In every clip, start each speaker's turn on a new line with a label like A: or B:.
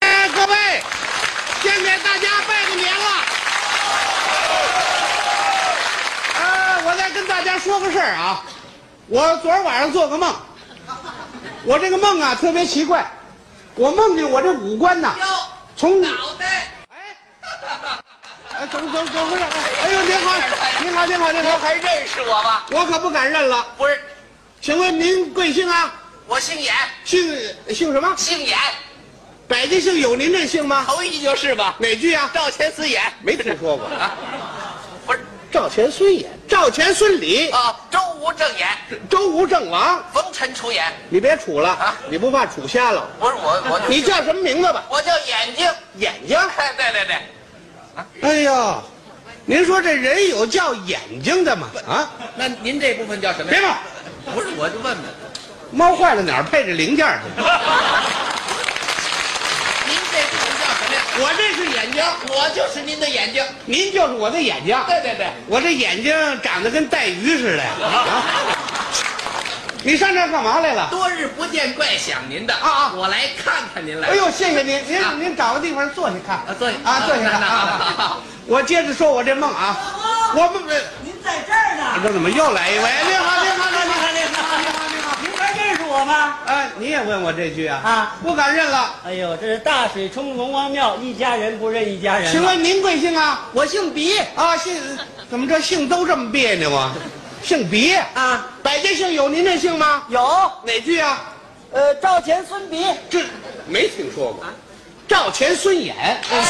A: 哎先给大家拜个年了。呃，我再跟大家说个事儿啊，我昨儿晚上做个梦，我这个梦啊特别奇怪，我梦见我这五官呐，从脑
B: 袋，
A: 哎，哎，怎么怎么怎么回事？哎呦，您好，您好，您好，您
B: 您
A: 好，
B: 还认识我吗？
A: 我可不敢认了。
B: 不是，
A: 请问您贵姓啊？
B: 我姓演，
A: 姓姓什么？
B: 姓演，
A: 百家姓有您这姓吗？
B: 头一句就是吧？
A: 哪句啊？
B: 赵钱孙演，
A: 没听说过。
B: 不是
A: 赵钱孙演，赵钱孙李，
B: 啊，周吴郑演，
A: 周吴郑王。
B: 冯陈楚演，
A: 你别杵了，
B: 啊
A: 你不怕杵瞎了？
B: 不是我，我就
A: 你叫什么名字吧？
B: 我叫眼睛，
A: 眼睛。
B: 哎，对对对，
A: 哎呀，您说这人有叫眼睛的吗？啊，
B: 那您这部分叫什
A: 别闹，
B: 不是，我就问问，
A: 猫坏了哪儿配着零件去？
B: 您这部分叫什么呀？
A: 我这是眼睛，
B: 我就是您的眼睛，
A: 您就是我的眼睛。
B: 对对对，
A: 我这眼睛长得跟带鱼似的呀！啊，你上这儿干嘛来了？
B: 多日不见，怪想您的
A: 啊啊
B: 我来看看您来
A: 哎，呦，谢谢您，
B: 啊
A: 您您找个地方坐下看
B: 啊坐下
A: 啊，坐下
B: 啊
A: 看
B: 那那那
A: 啊。我接着说我这梦啊，我们
C: 您在这儿呢？
A: 这怎么又来一位？你好，你好，你好，
C: 您好，您好，您好！您还认识我吗？
A: 哎，你也问我这句啊？
C: 啊
A: 不敢认了。
C: 哎呦，这是大水冲龙王庙，一家人不认一家人。
A: 请，问您贵姓啊？
C: 我姓鼻
A: 啊，姓怎么这姓都这么别扭啊？姓别，
C: 啊？
A: 百家姓有您这姓吗？
C: 有，
A: 哪句啊？
C: 呃，赵钱孙鼻。
A: 这没听说过。赵钱孙演，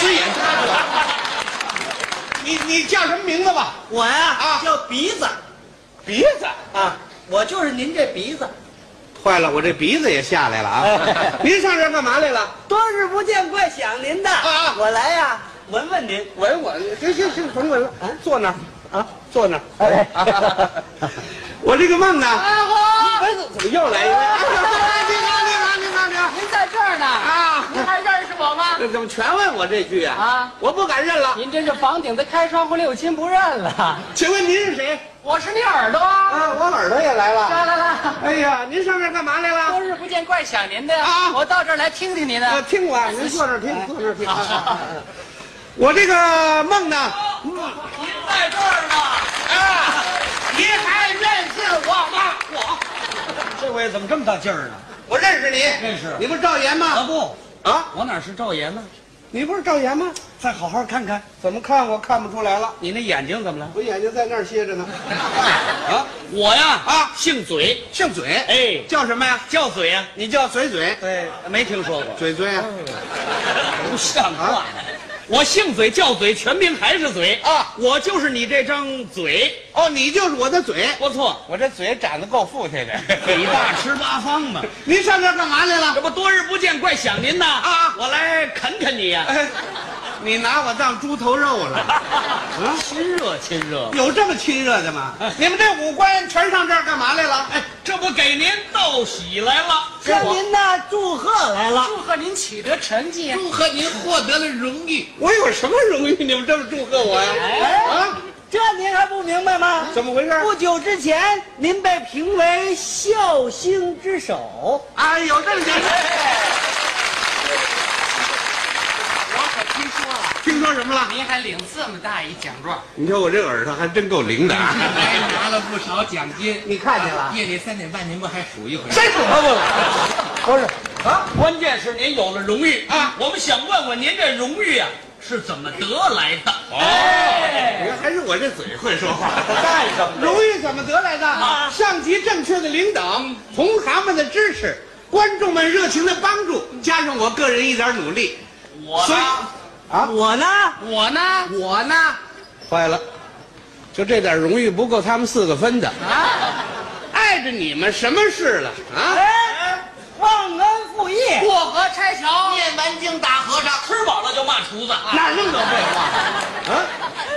A: 孙演他知道。你你叫什么名字吧？
C: 我呀、
A: 啊
C: 叫鼻子
A: 鼻子。
C: 啊，我就是您这鼻子。
A: 坏了，我这鼻子也下来了啊！您上这儿干嘛来了？
C: 多日不见，怪想您的。
A: 啊
C: 我来呀、闻闻您。
A: 闻我，行行行，甭闻了，坐那儿
C: 啊，
A: 坐那儿。
C: 哎
A: 我这个梦呢，
C: 大哥，
A: 怎么又来一位？哎你好，你好，你好，你好
C: 您在这儿呢？
A: 啊！
C: 还认识我吗？
A: 这怎么全问我这句啊？
C: 啊，
A: 我不敢认 了。
C: 您真是房顶子开窗户六亲不认了。
A: 请问您是谁？
C: 我是你耳朵啊！
A: 啊，我耳朵也来了。
C: 来来。
A: 哎呀，您上这儿干嘛来
C: 多
A: 了？
C: 日不见，怪想您的
A: 啊
C: 呀！我到这儿来听听您
D: 哎
A: 呃，
C: 的。
A: 听我啊，您坐这儿听，坐这儿听。
C: 好好好
A: 我这个梦呢，
B: 您在这儿呢，
A: 啊，
B: 您还认识我吗？我。
D: 这回怎么这么大劲儿呢？
A: 我认识你，
D: 认识
A: 你不是赵岩
D: 啊
A: 吗？
D: 不，
A: 啊。
D: 我哪是赵岩呢？
A: 你不是赵岩吗？
D: 再好好看看，
A: 怎么看我看不出来了，
D: 你那眼睛怎么了？
A: 我眼睛在那儿歇 着呢。啊，
D: 我呀
A: 啊
D: 姓嘴，
A: 姓嘴，
D: 哎，
A: 叫什么呀？
D: 叫嘴呀。
A: 你叫嘴嘴，
D: 对，没听说过，
A: 嘴嘴啊？
D: 不像话。我姓嘴叫嘴，全名还是嘴
A: 啊！
D: 我就是你这张嘴，
A: 哦，你就是我的嘴，
D: 不错，
A: 我这嘴长得够富态的。
D: 北大 吃八方嘛。
A: 您上这儿干嘛来
D: 这
A: 了？
D: 不多日不见，怪想您呐
A: 啊
D: 我来啃啃你呀，
A: 哎，你拿我当猪头肉 了？啊，
D: 亲热亲热。哎
A: 有这么亲热的吗？你们这五官全上这儿干嘛来了？哎，
D: 这不给您道喜来了，
C: 向
D: 我
C: 您呢祝贺来了。
B: 祝贺您取得成绩，祝贺您获得了荣誉。
A: 我有什么荣誉？你们这么祝贺我
D: 哎
A: 呀？啊，
C: 哎这您还不明白吗？
A: 怎么回事？
C: 不久之前，您被评为孝星之首。
A: 哎，有这么简单？
B: 我可听说了，
A: 听说什么了？
B: 您还领这么大一奖状，
A: 你瞧我这耳朵还真够灵的 啊！
B: 还拿了不少奖金。
A: 你看见
D: 啊
A: 了？
B: 夜里三点半，您不还数一回？
A: 谁说的？
C: 不是，
D: 啊关键是您有了荣誉
A: 啊
D: 我们想问问您这荣誉啊是怎么得来的？
A: 你
D: 哎，
A: 看还是我这嘴会说话。
D: 干什么啊
A: 荣誉怎么得来的？上级正确的领导，同行们的支持，观众们热情的帮助，加上我个人一点努力，
D: 我
A: 所以啊
C: 我呢，
B: 我呢？我呢？
A: 坏了，就这点荣誉不够他们四个分的
B: 啊！
A: 碍着你们什么事了啊？
C: 哎，忘恩负 义。
B: 过河拆桥，念完经打和尚。
D: 吃饱了就骂厨子啊！
A: 哪那么多废 话啊？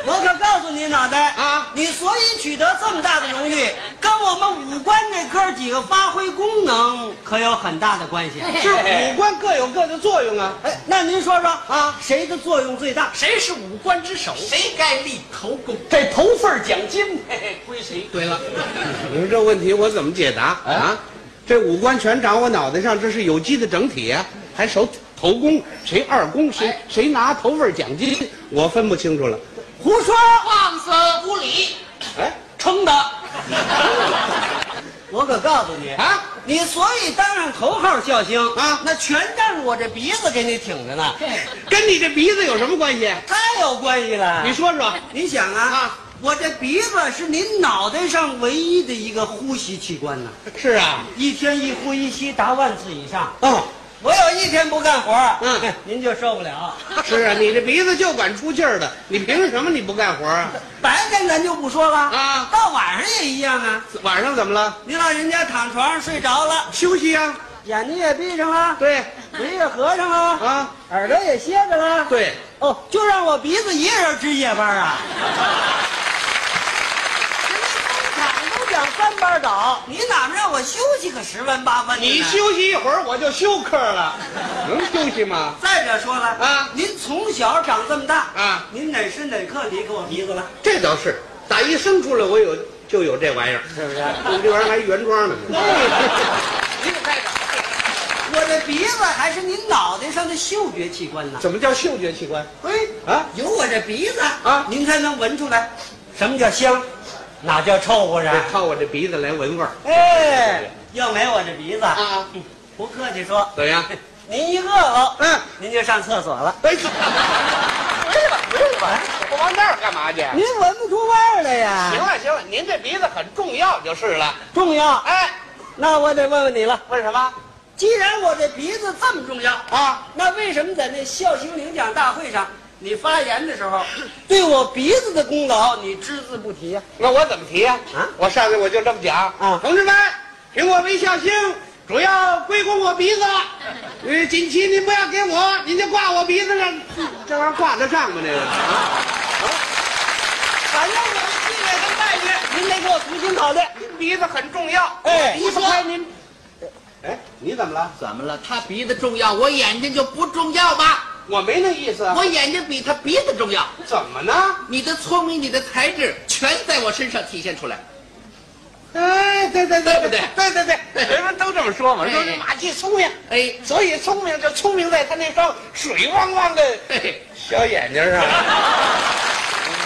C: 我可告诉你，脑袋
A: 啊
C: 你所以取得这么大的荣誉，跟我们五官这科几个发挥功能可有很大的关系。
A: 是五官各有各的作用啊。
C: 哎，那您说说啊，谁的作用最大？
B: 谁是五官之首？谁该立头功？
D: 这头份儿奖金嘿嘿归谁？
B: 对了，
A: 你说这问题我怎哎么解答啊？这五官全长我脑袋上，这是有机的整体啊，还手头功，谁二功，谁谁拿头份奖金，我分不清楚了。
C: 胡说！
B: 放肆无礼，
A: 哎
D: 撑的。
C: 我可告诉你，
A: 啊，
C: 你所以当上头号笑星
A: 啊
C: 那全仗着我这鼻子给你挺着呢，
A: 跟你这鼻子有什么关系？
C: 太有关系了。
A: 你说说，
C: 你想啊，
A: 啊
C: 我这鼻子是您脑袋上唯一的一个呼吸器官呢，
A: 是啊，
C: 一天一呼一吸达万次以上。
A: 哦，
C: 我有一天不干活，
A: 嗯，
C: 您就受不了。
A: 是啊，你这鼻子就管出气儿的，你凭什么你不干活啊？
C: 白天咱就不说了
A: 啊
C: 到晚上也一样啊。
A: 晚上怎么了？
C: 您老人家躺床上睡着了，
A: 休息呀、
C: 眼睛也闭上了，
A: 对，
C: 嘴也合上了，
A: 啊，
C: 耳朵也歇着了，，
A: 对，
C: 哦，就让我鼻子一个人值夜班啊。人家工厂都讲三班倒，你哪能让我休息个十分八分的呢？
A: 你休息一会儿我就休克了，能休息吗？
C: 再者说了
A: 啊
C: 您从小长这么大
A: 啊，
C: 您哪时哪刻离开我鼻子了？
A: 这倒是，打一生出来我有就有这玩意儿，
C: 是不是？
A: 我这玩意儿还原装呢。
B: 你可带着。
C: 我这鼻子还是您脑袋上的嗅觉器官呢。
A: 怎么叫嗅觉器官？
C: 嘿，
A: 啊，
C: 有我这鼻子
A: 啊
C: 您才能闻出来什么叫香，哪叫臭乎
A: 得
C: 然。
A: 靠我这鼻子来闻味儿，
C: 哎，要没我这鼻子
A: 啊，
C: 不客气说，
A: 怎么样？
C: 您一饿了，
A: 嗯，
C: 您就上厕所了。 哎
A: 哎，我往那儿干嘛去？
C: 您闻不出味儿来
A: 行
C: 呀？
A: 了行了，您这鼻子很重要就是了。
C: 重要，
A: 哎，
C: 那我得问问你了。
A: 问什么？
C: 既然我这鼻子这么重要，
A: 啊，
C: 那为什么在那笑星领奖大会上，你发言的时 候，对我鼻子的功劳你只字不提呀、
A: 那我怎么提呀、
C: 啊
A: 我上去我就这么讲
C: 啊
A: 同志们，评我为笑星，主要归功我鼻子了。呃，锦旗您不要给我，您就挂我鼻子上，啊这玩意儿挂得上吗？这个
C: 反正我的地位跟待遇，您得给我重新考虑。
A: 鼻子很重要。
C: 哎
A: 离不开您。哎，你怎么了？
B: 怎么了？他鼻子重要，我眼睛就不重要吗？
A: 我没那意思啊。
B: 我眼睛比他鼻子重要。
A: 怎么呢？
B: 你的聪明，你的才智，全在我身上体现出来。
A: 哎，对对
B: 对不对
A: 对对对，人们都这么说嘛，
B: 哎
A: 说这马季聪明，
B: 哎
A: 所以聪明就聪明在他那双水汪汪的
B: 嘿嘿，
A: 小眼睛上。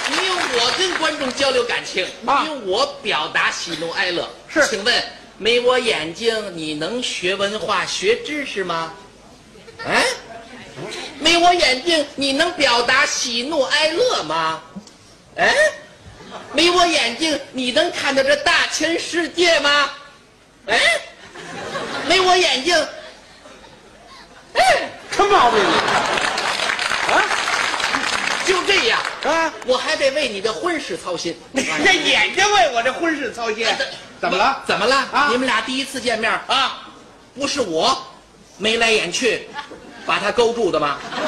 B: 你用我跟观众交流感情，你
A: 啊
B: 用我表达喜怒哀乐。
A: 是
B: 请问没我眼睛，你能学文化、学知识吗？
A: 啊
B: 哎，没我眼睛，你能表达喜怒哀乐吗？哎，没我眼睛，你能看到这大千世界吗？哎，没我眼睛，哎，
A: 什么毛病啊？
B: 就这样，
A: 啊，
B: 我还得为你的婚事 操心。
A: 你这眼睛为我这婚事操心，怎么了？
B: 哎怎么了？
A: 啊
B: 你们俩第一次见面啊，不是我眉来眼去把他勾住的吗？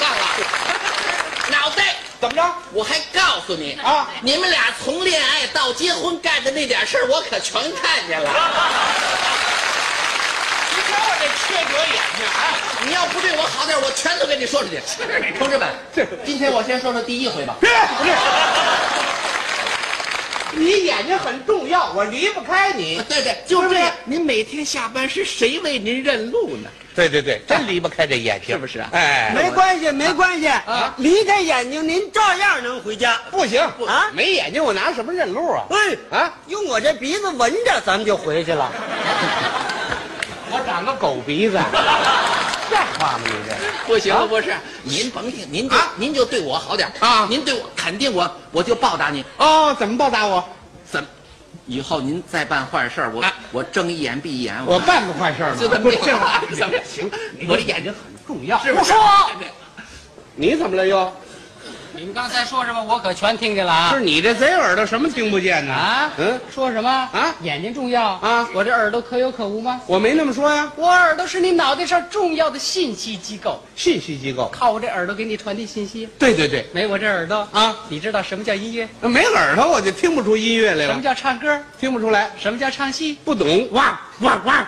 B: 忘了，脑袋，
A: 怎么着？
B: 我还告诉你
A: 啊
B: 你们俩从恋爱到结婚干的那点事儿，我可全看见了。
A: 你瞧我这缺德眼睛啊！
B: 你要不对我好点，我全都跟你说出去。同志们
A: 是，
B: 今天我先说说第一回吧。
A: 别别，你眼睛很重要，我离不开你。
B: 对对，就
A: 不
B: 这
A: 是
B: 样。您每天下班是谁为您认路呢？
A: 对对对，真离不开这眼睛，
B: 是不是啊
A: 哎
C: 没关系，没关系啊，离开眼睛您照样能回家。
A: 不行
C: 啊
A: 没眼睛我拿什么认路啊？
C: 哎，
A: 啊，
C: 用我这鼻子闻着，咱们就回去了。
A: 我长个狗 鼻子，像话吗？你 这
B: 不
C: 啊
B: 行，不是，您甭听，您就、
A: 啊
B: 您就对我好点儿
A: 啊
B: 您对我肯定我，我就报答您。
A: 哦，怎么报答我？
B: 怎么，以后您再办坏事儿，
C: 啊
B: 我、我睁一眼闭一眼，
A: 我办个坏事儿吗？
B: 就这么
A: 不
B: 定
A: 这样
B: 怎么样
A: 行？
B: 我的眼睛
A: 很重要。
B: 是不是？
C: 哎
A: 你怎么了又？
D: 你们刚才说什么？我可全听见了啊！
A: 是你这贼耳朵什么听不见呢？
D: 啊，
A: 嗯，
D: 说什么
A: 啊
D: 眼睛重要
A: 啊
D: 我这耳朵可有可无吗？
A: 我没那么说呀。
D: 我耳朵是你脑袋上重要的信息机构，
A: 信息机构。
D: 靠我这耳朵给你传递信息。
A: 对对对，
D: 没我这耳朵
A: 啊，
D: 你知道什么叫音乐？
A: 没耳朵我就听不出音乐来
D: 什么
A: 了，
D: 叫唱歌？
A: 听不出来，
D: 什么叫唱戏？
A: 不懂。哇哇哇，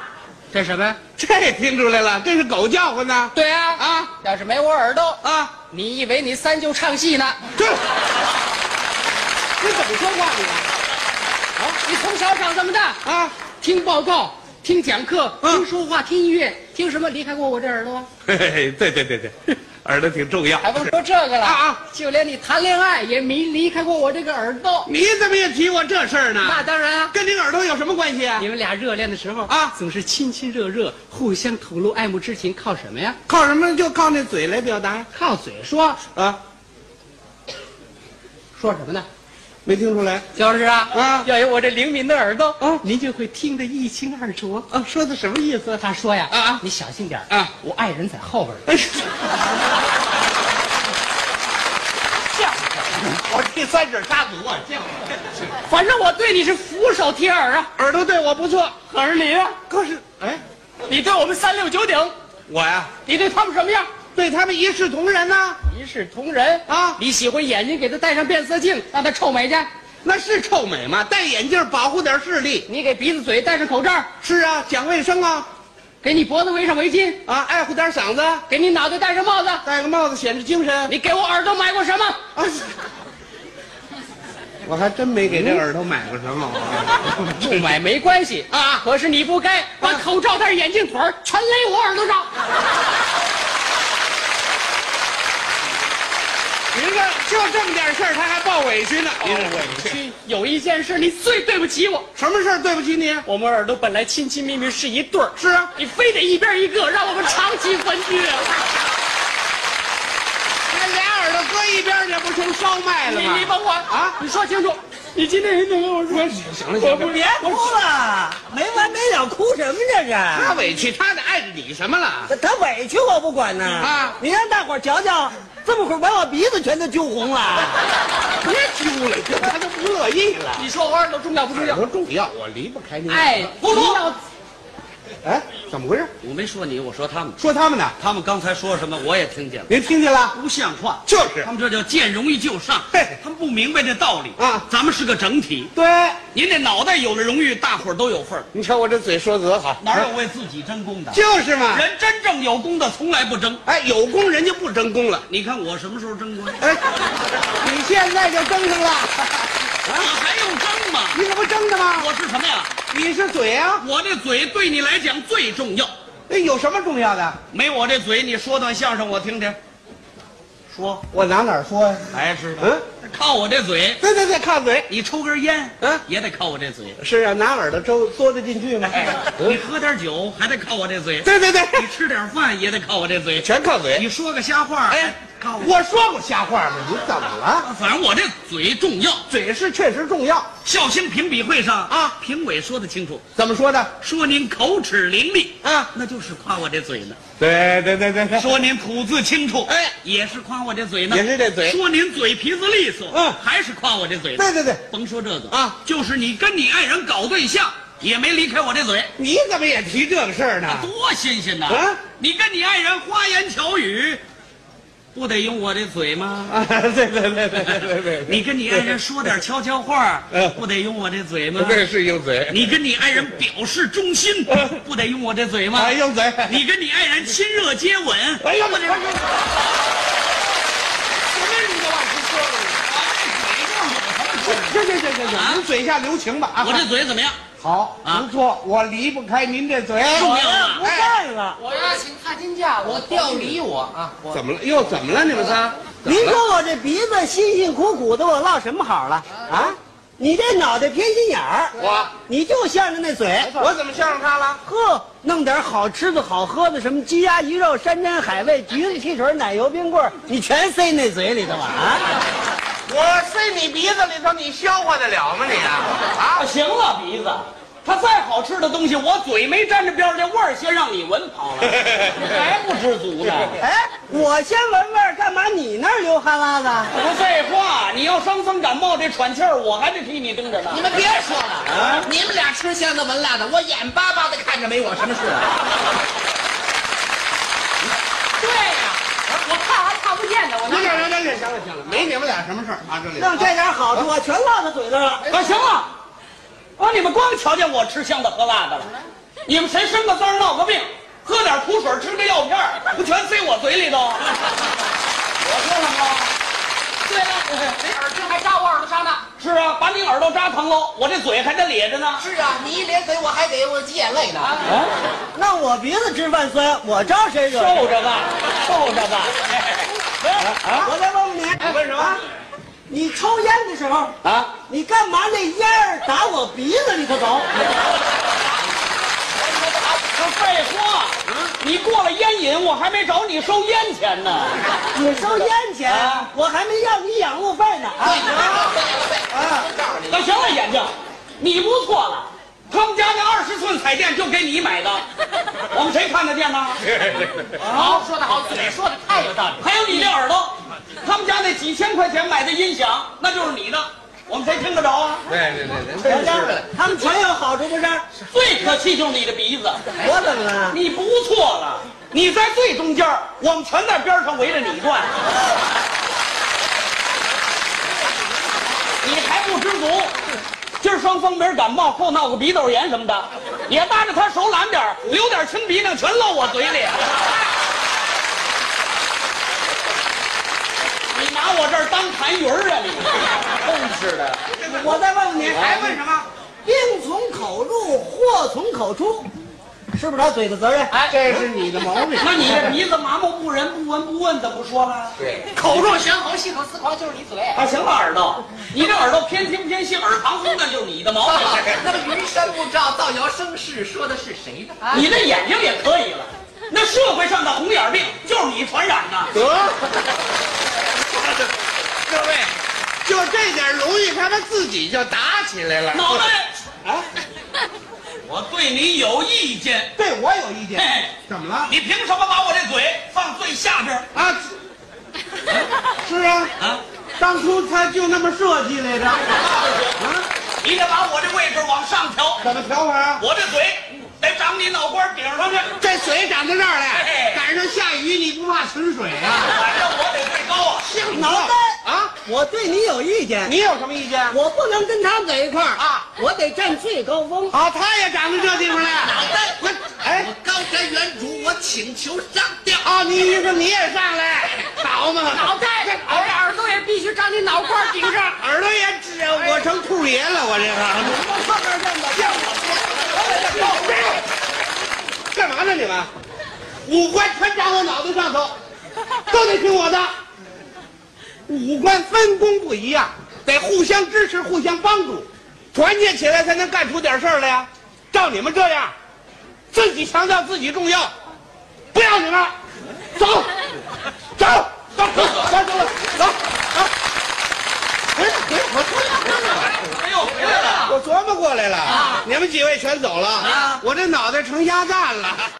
D: 这什么呀？
A: 这听出来了，这是狗叫唤呢。
D: 对啊
A: 啊，
D: 要是没我耳朵，
A: 啊，
D: 你以为你三舅唱戏呢？
A: 这你怎么说话你
D: 你从小长这么大，
A: 啊？啊，
D: 听报告听讲课、
A: 嗯
D: 听说话、听音乐、听什么离开过我这耳朵？
A: 嘿嘿，对对对对，耳朵挺重要。
D: 还甭说这个了
A: 啊啊！
D: 就连你谈恋爱也没离开过我这个耳朵。
A: 你怎么也提我这事儿呢？
D: 那当然啊，
A: 跟这个耳朵有什么关系啊
D: 你？们俩热恋的时候
A: 啊
D: 总是亲亲热热，互相吐露爱慕之情，靠什么呀？
A: 靠什么？就靠那嘴来表达呀
D: 靠嘴说，
A: 啊？
D: 说什么呢？
A: 没听出来
D: 就是啊，
A: 啊
D: 要有我这灵敏的耳朵
A: 啊
D: 您就会听得一清二楚。
A: 啊？说的什么意思？
D: 他说呀，
A: 啊啊
D: 你小心点儿
A: 啊
D: 我爱人在后边儿呢。
A: 哎呀
C: 我第三指插足啊，见过。
D: 反正我对你是俯首贴耳啊，
A: 耳朵对我不错，
D: 可是你啊，
A: 可是哎，
D: 你对我们三六九鼎，
A: 我呀、
D: 你对他们什么样？
A: 对他们一视同仁呐、
D: 一视同仁
A: 啊
D: 你喜欢眼睛，给他戴上变色镜，让他臭美去；
A: 那是臭美吗？戴眼镜保护点视力。
D: 你给鼻子、嘴戴上口罩，
A: 是啊，讲卫生啊
D: 给你脖子围上围巾，
A: 啊，爱护点嗓子，
D: 给你脑袋戴上帽子。
A: 戴个帽子显示精神。
D: 你给我耳朵买过什么？
A: 啊，是 嗯我还真没给这耳朵买过什么。我
D: 不买没关系啊，可是你不该把口罩、戴上眼镜、腿儿全勒我耳朵上。
A: 您这就这么点事儿，他还抱委屈呢。您这委屈，
D: 有一件事你最对不起我，
A: 什么事儿对不起你？
D: 我们耳朵本来亲亲密密是一对儿，
A: 是啊，
D: 你非得一边一个，让我们长期分居。
A: 那俩耳朵搁一边儿去，不成烧麦了
D: 你
A: 吗？
D: 你甭管
A: 啊
D: 你说清楚，你今天跟我说，
A: 行了
D: 我
A: 行
D: 不
A: 了，
C: 别哭了，没完没了，哭什么这
A: 他
C: 是？
A: 委屈，他得碍着你什么了？
C: 他委屈我不管呢。
A: 啊
C: 你让大伙儿瞧瞧，这么会儿把我鼻子全都揪红了。
A: 别揪了，他都不乐意了。
D: 你说我耳朵重要不重
A: 耳
D: 要？
A: 朵重要，我离不开你。
D: 哎，不重要。
A: 哎，怎么回事？
C: 我没说你，我说他们，
A: 说他们呢？
C: 他们刚才说什么我也听见了，
A: 您听见了？
C: 不像话。
A: 就是
C: 他们这叫见容易就上，
A: 嘿
C: 他们不明白这道理
A: 啊
C: 咱们是个整体，
A: 对，
C: 您这脑袋有了荣誉，大伙儿都有份儿，
A: 你瞧我这嘴说得好，
C: 哪有为自己争功的？
A: 就是嘛。
C: 人真正有功的从来不争。
A: 哎，有功人家不争功了。
C: 你看我什么时候争功？
A: 哎，你现在就争上了，
C: 我
A: 啊
C: 还用争吗？
A: 你可不争的吗？
C: 我是什么呀？
A: 你是嘴啊，
C: 我这嘴对你来讲最重要，
A: 哎，有什么重要的？
C: 没我这嘴，你说段相声我听听。说，
A: 我拿哪儿说呀、
C: 还是
A: 嗯，
C: 靠我这嘴，
A: 对对对，靠嘴。
C: 你抽根烟，
A: 嗯
C: 也得靠我这嘴。
A: 是啊，拿耳朵周嘬得进去吗？
C: 哎，你
A: 嗯，
C: 喝点酒还得靠我这嘴，
A: 对对对，
C: 你吃点饭也得靠我这嘴，
A: 全靠嘴。
C: 你说个瞎话，
A: 哎
C: 哎，靠我。
A: 我说过瞎话吗？你怎么了？
C: 反正我这嘴重要。
A: 嘴是确实重要。
C: 孝兴评比会上
A: 啊
C: 啊，评委说的清楚，
A: 怎么说的？
C: 说您口齿伶俐，
A: 啊，
C: 那就是夸我这嘴呢；
A: 对对对对对，
C: 说您吐字清楚，
A: 哎
C: 哎，也是夸我这嘴呢；
A: 也是这嘴。
C: 说您嘴皮子利索，
A: 嗯
C: 嗯，还是夸我这嘴呢。
A: 对对对，
C: 甭说这个
A: 啊
C: 啊，就是你跟你爱人搞对象，也没离开我这嘴，
A: 你怎么也提这个事儿呢？
C: 多新鲜呐！
A: 啊
C: 你跟你爱人花言巧语，不得用我这嘴吗？
A: 啊，对对对对对对对，
C: 你跟你爱人说点悄悄话
A: 嗯，
C: 不得用我这嘴吗？
A: 这是用嘴，呃
C: 你跟你爱人表示忠心，不得用我这嘴吗
D: 啊
A: 哎，？用嘴。
C: 你跟你爱人亲热接吻，
A: 哎呀，
C: 不
A: 我这
C: 得用我
A: 什么你都往出说了？
C: 这嘴
A: 行
C: 吗
A: 行行行
D: 啊
A: 行，您嘴下留情吧啊！
C: 我这嘴怎么样？
A: 好，
C: 啊
A: 不错，我离不开您这嘴。哎
C: 重要啊
A: 不
D: 哎
A: 干
C: 了。
D: 我要请踏金假，我调离我啊！我
A: 怎么了？又怎么了？你们仨？
E: 您说我这鼻子辛辛苦苦的，我落什么好了啊？你这脑袋偏心眼儿，
A: 我
E: 你就向着那嘴，
A: 我怎么向着他了？
E: 呵，弄点好吃的好喝的，什么鸡鸭鱼肉、山珍海味、橘子汽水、奶油冰棍儿，你全塞那嘴里头了啊！
A: 我塞你鼻子里头，你消化得了吗你啊？啊
D: 啊，行了，鼻子，它再好吃的东西，我嘴没沾着边儿，这味儿先让你闻 跑了，你还不知足呢？
E: 哎，我先闻味儿，干嘛你那儿流哈喇子？
D: 不废话，你要伤风感冒这喘气儿，我还得替你盯着呢
B: 你。们别说了，
C: 啊
B: 你们俩吃香的闻辣的，我眼巴巴的看着没我什么事啊。
D: 对呀、我看还看不见呢，我
A: 行行行行行了行了，没你们俩什么事儿啊？这里
E: 弄这点好处，我全落到嘴上了。
D: 啊，行了，啊，你们光瞧见我吃香的喝辣的了，你们谁生个滋儿闹个病，喝点苦水吃个药片儿，不全塞我嘴里头？我说什么了？对了，那耳钉还扎我耳朵上呢。是啊，把
B: 把你耳朵扎疼喽，我这嘴还得咧着呢。
D: 是啊，你一咧嘴，我还得我挤眼泪呢。
C: 那我鼻子吃饭酸，我招谁惹谁？
B: 受着吧，受着吧。
A: 哎
B: 哎
A: 啊
C: 我再问问你，
B: 问什么
C: 啊你抽烟的时候，
B: 啊，
C: 你干嘛那烟儿打我鼻子里头走？
B: 这废话，你过了烟瘾，我还没找你收烟钱呢。
C: 你收烟钱
B: 啊，
C: 我还没要你养路费呢啊！
B: 啊那行了，眼镜，你不错了。他们家那二十寸彩电就给你买的，我们谁看得 见呢？
D: 好，说的好，嘴说的太有道理。
B: 还有你这耳朵，他们家那几千块钱买的音响，那就是你的，我们谁听得着啊？
C: 小江，他们全有好处不是？
B: 最可气就是你的鼻子，
C: 我怎么了？
B: 你不错了，你在最中间儿，我们全在边上围着你转。你还不知足，今儿伤风没人感冒，后闹个鼻窦炎什么的，也搭着他手懒点儿流点清鼻涕，全漏我嘴里。你拿我这儿当痰盂儿啊你？
C: 我再问问你，
B: 还问什么？
C: 病从口入，祸从口出，是不是他嘴的责任？
A: 这是你的毛病。
B: 那你这鼻子麻木不仁，不闻不问，怎么说了？
D: 口若悬河，心口丝狂，就是你嘴。
B: 啊，行了，耳朵，你这耳朵偏听偏信，耳旁风，那就是你的毛病。
D: 啊那么云山雾罩，造谣生事，说的是谁呢？啊，
B: 你这眼睛也可以了，那社会上的红眼病就是你传染的。
A: 得，各位，就这点荣誉，他们自己就打起来了。啊
B: 脑袋，我对你有意见，
A: 对我有意
B: 嘿
A: 见，
B: 嘿，
A: 怎么了？
B: 你凭什么把我这嘴放最下边儿
A: 啊，是啊，
B: 啊？
A: 当初他就那么设计来着。啊，
B: 你得把我这位置往上调，
A: 怎么调法啊？
B: 我这嘴得长你脑瓜顶上去，
A: 这水长到这儿
B: 嘿
A: 来，赶上下雨你不怕存水啊？
B: 反正我得最高啊。
A: 像
C: 脑袋
A: 啊！
C: 我对你有意见，
A: 你有什么意见？
C: 我不能跟他们在一块儿
A: 啊，
C: 我得占最高峰。
A: 啊，他也长到这地方来。
D: 脑袋，
A: 那哎
D: 我高瞻远瞩，我请求上吊。
A: 啊，你于是你也上来，好嘛？
D: 脑袋，我这耳朵也必须长你脑瓜顶上。
A: 耳朵也指我成兔爷了，我这个。干嘛呢你们？五官全长我脑袋上头，都得听我的。五官分工不一样，得互相支持、互相帮助，团结起来才能干出点事儿来呀。照你们这样，自己强调自己重要，不要你们，走，走，走，走，走，走，走，走。哎，哎，我说呀。
B: 哎呦，回来了。啊
A: 我琢磨过来了，你们几位全走了，我这脑袋成鸭蛋了。